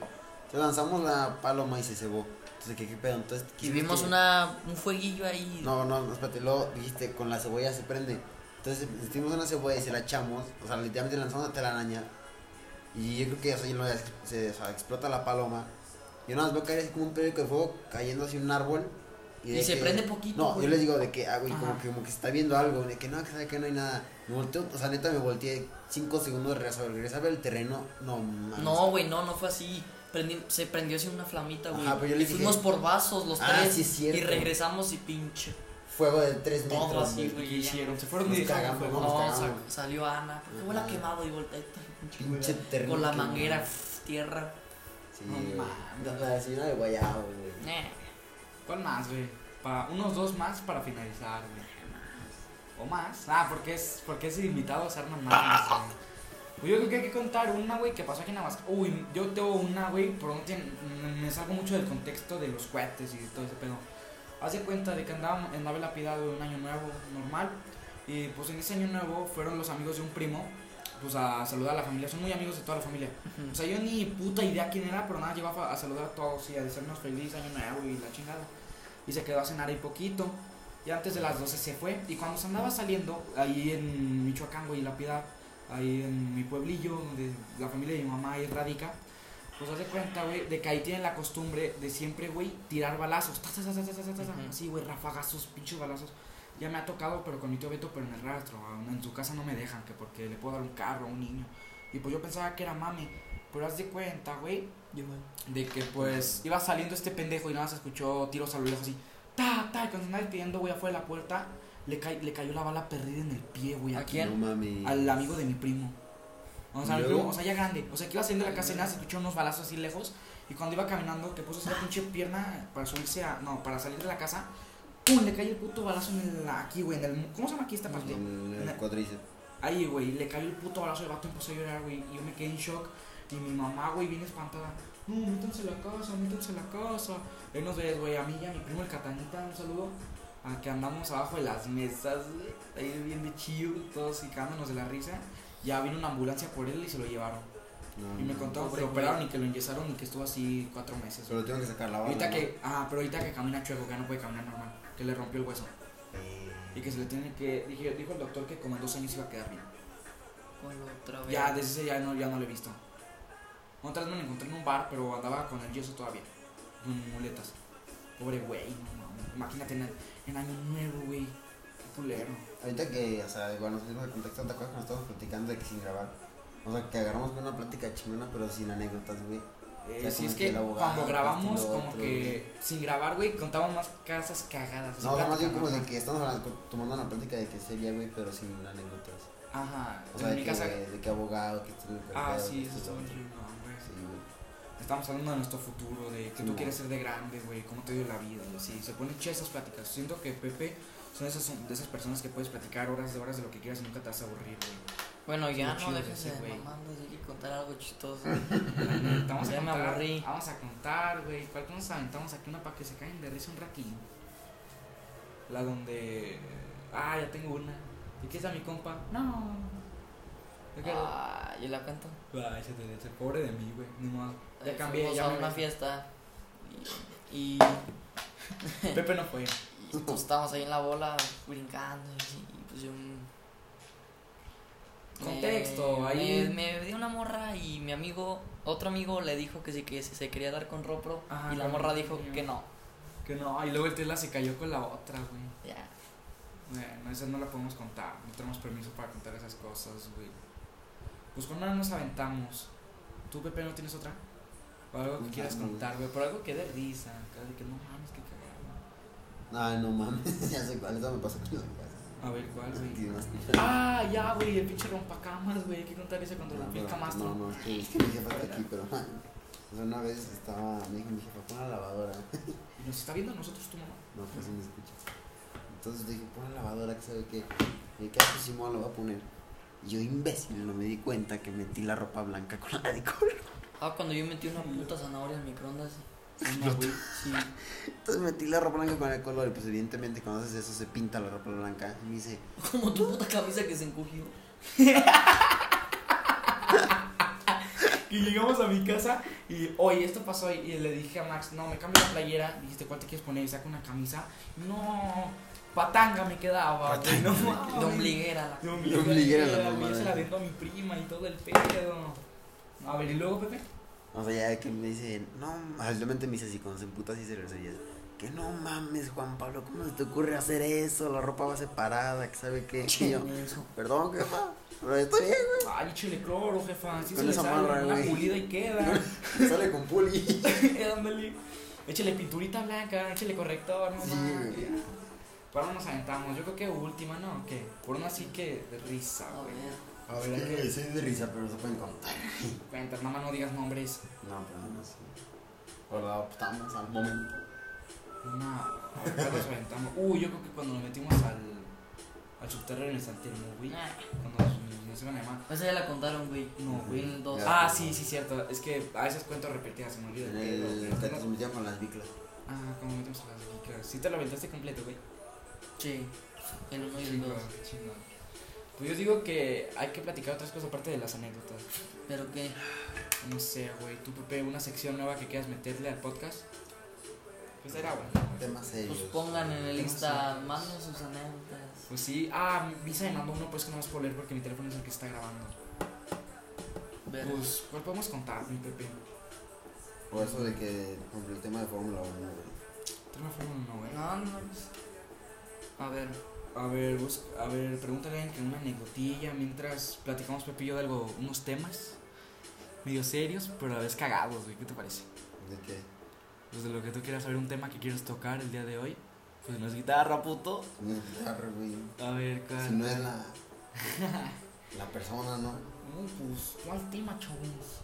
Speaker 1: Entonces, lanzamos la paloma y se cebó. Entonces, ¿qué, qué pedo? Entonces,
Speaker 3: Y
Speaker 1: quisimos
Speaker 3: vimos
Speaker 1: que-
Speaker 3: una, un fueguillo ahí.
Speaker 1: No, no, no, espérate, luego dijiste, con la cebolla se prende. Entonces metimos una cebolla y se la echamos, o sea, literalmente lanzamos una telaraña. Y yo creo que o sea, yo no- se o sea, explota la paloma. Yo nada más veo caer así como un periódico de fuego cayendo hacia un árbol.
Speaker 3: Y
Speaker 1: de
Speaker 3: se
Speaker 1: que-
Speaker 3: prende poquito,
Speaker 1: No,
Speaker 3: güey.
Speaker 1: yo les digo de que, ah, güey, como
Speaker 2: Ajá.
Speaker 1: que, como que se está viendo algo, de que no, que sabe que no hay nada. Me volteo, o sea, neta me volteé 5 segundos de regresar, regresar al terreno, no mames.
Speaker 3: No, güey, no, no fue así. Prendi- se prendió así una flamita, güey.
Speaker 1: Ajá, pero yo le
Speaker 3: Y fuimos
Speaker 1: dije-
Speaker 3: por vasos los
Speaker 1: Ah,
Speaker 3: tres.
Speaker 1: sí, es cierto.
Speaker 3: Y regresamos y pinche.
Speaker 1: Fuego de 3
Speaker 3: Todo
Speaker 1: metros.
Speaker 3: así,
Speaker 1: güey.
Speaker 2: ¿Qué
Speaker 3: güey.
Speaker 2: hicieron? Se fueron
Speaker 1: Nos
Speaker 2: de
Speaker 1: cagamos,
Speaker 2: güey.
Speaker 1: No,
Speaker 3: No,
Speaker 1: nos cagamos.
Speaker 3: sa- salió Ana. ¿Por qué huele a quemado? Y voltea pinche
Speaker 1: Pinche
Speaker 3: güey,
Speaker 1: terreno
Speaker 3: Con la
Speaker 1: quemado.
Speaker 3: manguera, pf, tierra.
Speaker 1: Sí,
Speaker 2: No
Speaker 1: güey.
Speaker 2: mames.
Speaker 1: La señora de Guayabo, güey.
Speaker 3: Eh,
Speaker 2: ¿Cuál más, güey? Pa- unos dos más para finalizar, güey. O más. Ah, porque es, porque es invitado a arman más. güey. Pues yo creo que hay que contar una, güey, que pasó aquí en Aguascalientes. Uy, yo tengo una, güey, pero no tiene, me- me salgo mucho del contexto de los cohetes y de todo ese pedo. Hace cuenta de que andaba, andaba el lapidado de un año nuevo normal. Y pues en ese año nuevo fueron los amigos de un primo, pues a saludar a la familia. Son muy amigos de toda la familia. O sea, yo ni puta idea quién era, pero nada, llevaba a saludar a todos y a decirnos feliz año nuevo y la chingada. Y se quedó a cenar ahí poquito. Y antes de las 12 se fue. Y cuando se andaba saliendo, ahí en Michoacán, güey, La Piedad, ahí en mi pueblillo, donde la familia de mi mamá ahí radica, pues hace cuenta, güey, de que ahí tienen la costumbre de siempre, güey, tirar balazos. Ta, ta, ta, ta, ta, ta, ta, ta,
Speaker 3: Ujú.
Speaker 2: Así, güey, rafagazos, pinchos balazos. Ya me ha tocado, pero con mi tío Beto, pero en el rastro. aún En su casa no me dejan, que porque le puedo dar un carro a un niño. Y pues yo pensaba que era mami. Pero haz de cuenta, güey, de que pues iba saliendo este pendejo y nada más escuchó tiros a lo lejos así. Ta, ta, y cuando andaba pidiendo, güey, afuera de la puerta, le, ca- le cayó la bala perdida en el pie, güey.
Speaker 3: ¿A
Speaker 2: aquí,
Speaker 3: quién?
Speaker 1: No mames.
Speaker 2: Al amigo de mi primo. O sea,
Speaker 1: ¿Y
Speaker 2: mi
Speaker 1: luego?
Speaker 2: primo, o sea, ya grande. O sea, que iba saliendo de la casa y nada, se escuchó unos balazos así lejos. Y cuando iba caminando, que puso así la pinche pierna para subirse a. No, para salir de la casa. ¡Pum! Le cayó el puto balazo en el, aquí, güey. En el, ¿Cómo se llama aquí esta parte?
Speaker 1: En el
Speaker 2: Na-
Speaker 1: cuádriceps.
Speaker 2: Ahí, güey, le cayó el puto balazo el vato empezó a llorar, güey. Y yo me quedé en shock. Y mi mamá, güey, bien espantada. No, métanse a la casa, métanse a la casa. Ahí nos ves, güey, a mí y a mi primo el Catanita, un saludo. A que andamos abajo de las mesas, güey. Ahí bien de chill, todos y cagándonos de la risa. Ya vino una ambulancia por él y se lo llevaron.
Speaker 1: No,
Speaker 2: Y me
Speaker 1: no.
Speaker 2: contó que
Speaker 3: Pobre
Speaker 2: lo
Speaker 3: güey.
Speaker 2: operaron y que lo enyesaron y que estuvo así cuatro meses. güey.
Speaker 1: Solo tengo que sacar la bala.
Speaker 2: Ahorita
Speaker 1: ¿no?
Speaker 2: que, ah, pero ahorita que camina chueco, que ya no puede caminar normal, que le rompió el hueso
Speaker 1: Eh,
Speaker 2: y que se le tiene que, dije- dijo el doctor que como en dos años iba a quedar bien.
Speaker 3: ¿Cuál otra vez?
Speaker 2: Ya, desde ese ya no, ya no lo he visto. Otra vez me lo encontré en un bar, pero andaba con el yeso todavía. Con muletas. Pobre güey, no mames. Imagínate en, en año nuevo, güey. Qué culero.
Speaker 1: Ahorita que, o sea, igual nos fuimos de contexto, ¿te acuerdas que nos estábamos platicando de que sin grabar? O sea, que agarramos una plática chingona, pero sin anécdotas, güey.
Speaker 2: Eh,
Speaker 1: Ya
Speaker 2: si es
Speaker 1: como que
Speaker 2: que
Speaker 1: el abogado,
Speaker 2: cuando
Speaker 1: esto y
Speaker 2: grabamos,
Speaker 1: lo
Speaker 2: como
Speaker 1: otro,
Speaker 2: que sin grabar, güey, contábamos más casas cagadas. así,
Speaker 1: No, nada más
Speaker 2: plática
Speaker 1: bien como de
Speaker 2: normal.
Speaker 1: que estamos hablando, tomando una plática de que sería, güey, pero sin anécdotas.
Speaker 2: Ajá,
Speaker 1: O sea,
Speaker 2: en
Speaker 1: de
Speaker 2: mi
Speaker 1: que,
Speaker 2: casa.
Speaker 1: de que abogado, que estuvo
Speaker 2: Ah, sí, eso está muy
Speaker 1: Sí,
Speaker 2: chido, no, güey.
Speaker 1: güey.
Speaker 2: Estamos hablando de nuestro futuro, de que tú
Speaker 1: No.
Speaker 2: quieres ser de grande, güey, cómo te dio la vida, y así. Se ponen chidas esas pláticas. Siento que Pepe son esas, de esas personas que puedes platicar horas de horas de lo que quieras y nunca te vas a aburrir, güey.
Speaker 3: Bueno,
Speaker 2: Estuvo
Speaker 3: ya no
Speaker 2: chido
Speaker 3: déjense
Speaker 2: ese,
Speaker 3: de
Speaker 2: güey.
Speaker 3: mamadas, hay que contar algo
Speaker 2: [LAUGHS]
Speaker 3: chistoso.
Speaker 2: Vamos a
Speaker 3: Ya me
Speaker 2: contar,
Speaker 3: aburrí.
Speaker 2: Vamos a contar, güey. ¿Cuál que nos aventamos aquí una para que se caigan de risa un ratillo? La donde. Ah, ya tengo una. ¿Y qué es a mi compa? No. Yo quiero-
Speaker 3: Ah, yo la cuento.
Speaker 2: Ay, se te se pobre de mí, güey. Ni modo. Ya
Speaker 3: Eh,
Speaker 2: cambié,
Speaker 3: fuimos
Speaker 2: ya
Speaker 3: a
Speaker 2: me
Speaker 3: una
Speaker 2: ven.
Speaker 3: fiesta y, y,
Speaker 2: Pepe no fue.
Speaker 3: y, pues, estábamos ahí en la bola brincando y, y, pues yo... mm,
Speaker 2: Contexto, ahí-
Speaker 3: Me, me dio una morra y mi amigo, otro amigo le dijo que sí que se- se quería dar con Ropro
Speaker 2: Ajá,
Speaker 3: y la
Speaker 2: con
Speaker 3: morra
Speaker 2: el
Speaker 3: dijo
Speaker 2: niño.
Speaker 3: que no.
Speaker 2: Que no, y luego el Tesla se cayó con la otra, güey.
Speaker 3: Ya.
Speaker 2: Bueno, esa no la podemos contar. No tenemos permiso para contar esas cosas, güey. Pues con una nos aventamos. ¿Tú, Pepe, no tienes otra? O algo que
Speaker 1: No,
Speaker 2: quieras
Speaker 1: no, güey.
Speaker 2: contar, güey. Por algo que dé risa. acá de que no mames, que cagado.
Speaker 1: Ay, Ah, no mames, [LAUGHS] ya sé cuál, esa me pasó con los güeyes.
Speaker 2: A ver, ¿cuál, güey?
Speaker 1: Tío, no,
Speaker 2: Ah, ya, güey, el pinche rompacamas, güey. Hay que contar ese cuando rompí el
Speaker 1: pero-
Speaker 2: camastro.
Speaker 1: No, no, es que, es que mi jefa está aquí, pero. o sea, una vez estaba, me dijo mi jefa, pon la lavadora. [LAUGHS]
Speaker 2: Y nos está viendo a nosotros tu mamá.
Speaker 1: No, pues sí me escucha. Entonces dije, pon la lavadora, que sabe qué. Y dije, ah, pues Simón lo va a poner. Y yo, imbécil, no me di cuenta que metí la ropa blanca con la de color.
Speaker 3: Ah, cuando yo metí una puta zanahoria al microondas. [LAUGHS]
Speaker 2: No, güey.
Speaker 3: Sí.
Speaker 1: Entonces metí la ropa blanca con el color. Y pues, evidentemente, cuando haces eso, se pinta la ropa blanca. Y me dice,
Speaker 3: Como tu puta camisa que se encogió.
Speaker 2: Y llegamos a mi casa y, oye, esto pasó. Y, y le dije a Max, no, me cambio la playera. Dijiste, ¿cuál te quieres poner? Y saco una camisa. No, patanga me quedaba, güey. No, mames.
Speaker 3: De ombliguera. la-
Speaker 2: De
Speaker 1: De ombliguera la
Speaker 2: güey,
Speaker 1: mamada.
Speaker 2: Yo se la vendo a mi prima y todo el pedo. A ver, ¿y luego, Pepe?
Speaker 1: O sea, ya que me dicen, no, realmente me dice así, cuando se emputa así se groserías. Que no mames, Juan Pablo, ¿cómo se te ocurre hacer eso? La ropa va separada, que sabe qué. Y yo,
Speaker 3: Menso.
Speaker 1: perdón, jefa, pero estoy bien,
Speaker 2: Ay, chile cloro, jefa. Así
Speaker 1: Con
Speaker 2: se le
Speaker 1: esa
Speaker 2: sale
Speaker 1: marra,
Speaker 2: una
Speaker 1: güey.
Speaker 2: pulida y
Speaker 1: [LAUGHS]
Speaker 2: queda. [LAUGHS]
Speaker 1: güey. Sale con puli.
Speaker 2: Ándale. Échale pinturita blanca, échale corrector, no
Speaker 1: Sí,
Speaker 2: mames.
Speaker 1: güey.
Speaker 2: ¿Para dónde nos aventamos? Yo creo que última, ¿no? ¿Qué? Por una así que de risa,
Speaker 3: A
Speaker 2: güey.
Speaker 3: ver.
Speaker 1: A ver, hay que soy de risa, pero no se pueden contar.
Speaker 2: Cuenta, nada más no digas nombres.
Speaker 1: No, pero no sé. ¿Verdad? Estamos al momento.
Speaker 2: Una. a ver, ¿cuál nos aventamos? Uy, yo creo que cuando nos metimos al. al subterráneo en el Santelmo, güey.
Speaker 3: Ah,
Speaker 2: Cuando nos, nos iban a llamar.
Speaker 3: Esa ya la contaron, güey.
Speaker 2: No, güey.
Speaker 3: En el dos.
Speaker 1: Ya.
Speaker 2: Ah, sí, sí, cierto. Es que a veces cuento repetidas, se me olvida.
Speaker 1: En
Speaker 2: que lo-
Speaker 1: el
Speaker 2: que
Speaker 1: que
Speaker 2: lo-
Speaker 1: nos metíamos con las biclas.
Speaker 2: Ah, cuando metemos a las chicas. Sí te lo aventaste completo, güey.
Speaker 3: Sí. El uno y el
Speaker 2: Chingón,
Speaker 3: dos.
Speaker 2: chingón. Pues yo digo que hay que platicar otras cosas aparte de las anécdotas.
Speaker 3: Pero qué.
Speaker 2: No sé, güey. Tú, Pepe, una sección nueva que quieras meterle al podcast. Pues era bueno.
Speaker 1: Temas serios.
Speaker 3: Pues pongan en el
Speaker 2: Yo no
Speaker 3: Insta,
Speaker 2: sé.
Speaker 3: manden sus anécdotas.
Speaker 2: Pues sí. Ah, Visa me mandó uno, pues que no vamos a leer porque mi teléfono es el que está grabando.
Speaker 3: Ver.
Speaker 2: Pues, ¿cuál podemos contar, mi Pepe?
Speaker 1: Por eso de que, por el tema de Fórmula 1, güey.
Speaker 2: Tráeme fue uno, güey.
Speaker 3: No, no, pues. A ver.
Speaker 2: A ver, bus- a ver, pregúntale a alguien que una anécdotilla mientras platicamos Pepe y yo de algo, unos temas medio serios, pero a la vez cagados, güey. ¿Qué te parece?
Speaker 1: ¿De qué?
Speaker 2: Pues de lo que tú quieras saber, un tema que quieras tocar el día de hoy. Pues no es guitarra, puto.
Speaker 1: No es guitarra, güey.
Speaker 2: A ver, ¿cuál?
Speaker 1: Si no es
Speaker 3: [LAUGHS]
Speaker 1: la. La persona, ¿no?
Speaker 2: No, pues, ¿cuál tema, chavos?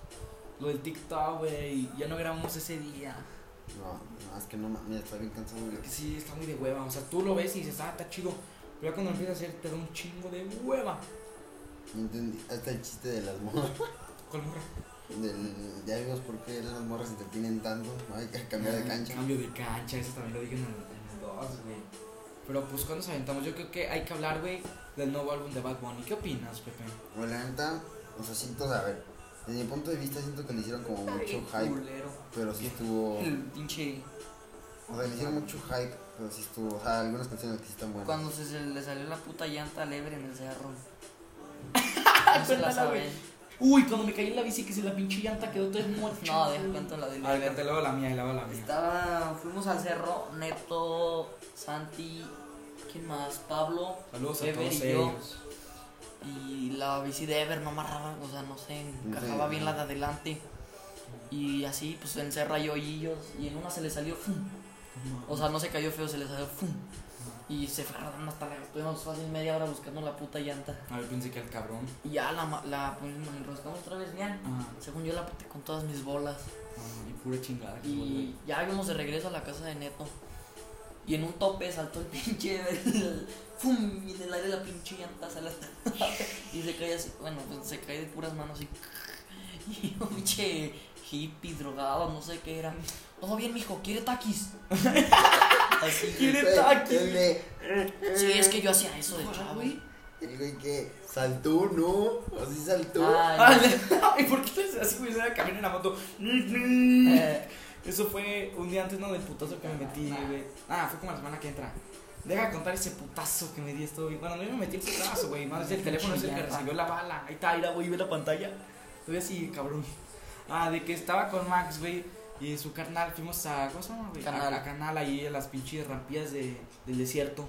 Speaker 2: Lo del TikTok, güey. Ya no grabamos ese día.
Speaker 1: No, no, es que no mames, está bien cansado. güey.
Speaker 2: Que sí, está muy de hueva. O sea, tú lo ves y dices, ah, está chido. Pero ya cuando empieza a hacer, te da un chingo de hueva.
Speaker 1: No entendí. Hasta el chiste de las morras.
Speaker 2: ¿Cuál morra?
Speaker 1: Del, ya vimos por qué las morras se te tienen tanto. ¿no? Hay que cambiar de cancha.
Speaker 2: Cambio de cancha, eso también lo dije en el, en el dos, güey. Pero pues cuando nos aventamos, yo creo que hay que hablar, güey, del nuevo álbum de Bad Bunny. ¿Qué opinas, Pepe?
Speaker 1: Bueno, la neta, o sea, siento, a ver. Desde mi punto de vista, siento que le hicieron como mucho hype. Oh.
Speaker 3: Culero.
Speaker 1: Pero sí estuvo.
Speaker 3: El pinche.
Speaker 1: O sea, le hicieron mucho hype, pero sí estuvo. O sea, algunas canciones que sí están buenas.
Speaker 3: Cuando se, se le salió la puta llanta al Ebre en
Speaker 2: [LAUGHS]
Speaker 3: el cerro. No se la
Speaker 2: Cuéntala,
Speaker 3: saben.
Speaker 2: güey. Uy, cuando me caí en la bici, que si la pinche llanta quedó todo muerta.
Speaker 3: No, deja cuento la del
Speaker 2: A ver,
Speaker 3: Ebre.
Speaker 2: te lavo la mía, y lavo la mía.
Speaker 3: Estaba, fuimos al cerro, Neto, Santi, ¿quién más? Pablo
Speaker 2: Saludos a
Speaker 3: Ever
Speaker 2: todos
Speaker 3: y yo.
Speaker 2: ellos.
Speaker 3: y la bici de Ever no amarraba, o sea, no sé, encajaba
Speaker 1: Sí.
Speaker 3: bien la de adelante. Y así, pues en cerro hay hoyillos y en una se le salió, ¡fum! o sea, no se cayó feo, se le salió, ¡fum! y se fueron hasta la, estuvimos fácil media hora buscando la puta llanta.
Speaker 2: A ver, pensé que el cabrón.
Speaker 3: Y ya la, ma- la pusimos, la enroscamos otra vez, ya.
Speaker 2: Ah,
Speaker 3: Según yo la puté con todas mis bolas.
Speaker 2: ah, y pura chingada. que se
Speaker 3: Y
Speaker 2: vuelve.
Speaker 3: ya íbamos de regreso a la casa de Neto. Y en un tope saltó el [LAUGHS] pinche. el- ¡Fum! Y en el aire la pinche llanta se la- [LAUGHS] Y se cae así. Bueno, pues se cae de puras manos y. [LAUGHS] Y un pinche hippie drogado, no sé qué era. Todo bien, mijo, quiere taquis. Así.
Speaker 2: ¿Quiere
Speaker 3: güey.
Speaker 1: [LAUGHS] Güey,
Speaker 2: taquis?
Speaker 1: El de. [LAUGHS]
Speaker 3: Sí, es que yo hacía eso de chavo.
Speaker 1: El güey que saltó, ¿no? Así saltó.
Speaker 2: Ah,
Speaker 3: Ay,
Speaker 2: ¿Y por qué te así, güey? Era caminar en la moto.
Speaker 3: eh,
Speaker 2: Eso fue un día antes, ¿no? Del putazo que me metí, güey. Ah, fue como la semana que entra. Deja contar ese putazo que me di esto, güey. Bueno, no yo me metí el putazo, güey. Más el teléfono es el que recibió la bala. Ahí está, ahí la, güey, ve la pantalla. Estoy así, cabrón. Ah, de que estaba con Max, güey. Y su carnal, fuimos a. ¿Cómo se llama, güey?
Speaker 3: Canal.
Speaker 2: A, a Canal, ahí a las pinches rampillas de, del desierto.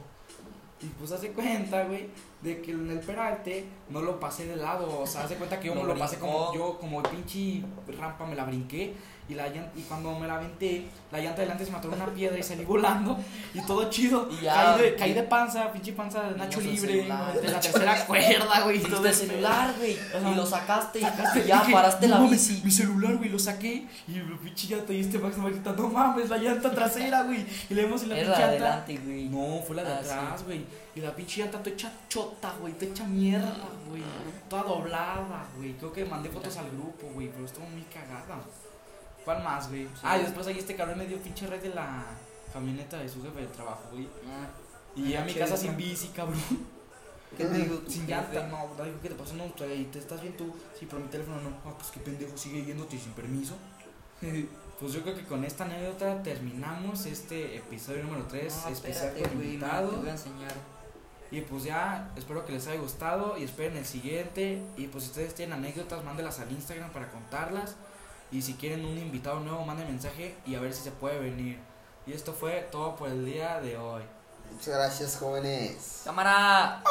Speaker 2: Y pues hace cuenta, güey, de que en el peralte no lo pasé de lado. O sea, hace cuenta que yo
Speaker 3: Lo
Speaker 2: me lo pasé como.
Speaker 3: brincó.
Speaker 2: Yo, como pinche rampa, me la brinqué. Y, la llan- y cuando me la aventé, la llanta delante se mató en una piedra y salí volando. Y todo chido.
Speaker 3: Y ya,
Speaker 2: caí, de,
Speaker 3: y-
Speaker 2: caí de panza, pinche panza de Nacho
Speaker 3: Niños del
Speaker 2: Libre.
Speaker 3: celular.
Speaker 2: De la tercera
Speaker 3: [LAUGHS]
Speaker 2: cuerda, güey. y todo
Speaker 3: Diste el
Speaker 2: el
Speaker 3: celular, güey.
Speaker 2: Ajá.
Speaker 3: Y lo sacaste y
Speaker 2: Sacaste,
Speaker 3: [LAUGHS] ya
Speaker 2: [LAUGHS] dije,
Speaker 3: paraste
Speaker 2: "No
Speaker 3: la
Speaker 2: mames,
Speaker 3: bici.
Speaker 2: Mi celular, güey, lo saqué. Y lo pinche llanta. Y este Max me grita, no mames, la llanta trasera, güey. Y le vemos y la
Speaker 3: Era
Speaker 2: pinche
Speaker 3: la de
Speaker 2: llanta.
Speaker 3: adelante, güey.
Speaker 2: No, fue la de
Speaker 3: Ah,
Speaker 2: atrás, güey. Y la pinche llanta te echa chota, güey. Te echa mierda,
Speaker 3: Ah,
Speaker 2: güey. Toda doblada, güey. Creo que mandé fotos al grupo, güey. Pero estuvo muy cagada. ¿Cuál más, güey? Ah, y después ahí este cabrón me dio pinche red de la camioneta de su jefe de trabajo, güey.
Speaker 3: Ah,
Speaker 2: Y llegué a mi
Speaker 3: Pinche
Speaker 2: casa
Speaker 3: llanta.
Speaker 2: sin bici,
Speaker 3: [LAUGHS]
Speaker 2: cabrón.
Speaker 3: ¿Qué te digo?
Speaker 2: Sin llanta. No, no, digo, ¿qué te pasó? No, te, te estás bien tú. Sí, pero mi teléfono no. Ah, pues qué pendejo, sigue yéndote sin permiso.
Speaker 3: [LAUGHS]
Speaker 2: pues yo creo que con esta anécdota terminamos este episodio número 3,
Speaker 3: No,
Speaker 2: especial
Speaker 3: espérate,
Speaker 2: con
Speaker 3: güey,
Speaker 2: invitado.
Speaker 3: Te voy a enseñar.
Speaker 2: Y pues ya, espero que les haya gustado y esperen el siguiente. Y pues si ustedes tienen anécdotas, mándelas al Instagram para contarlas. Y si quieren un invitado nuevo, manden mensaje y a ver si se puede venir. Y esto fue todo por el día de hoy.
Speaker 1: Muchas gracias, jóvenes.
Speaker 3: Cámara.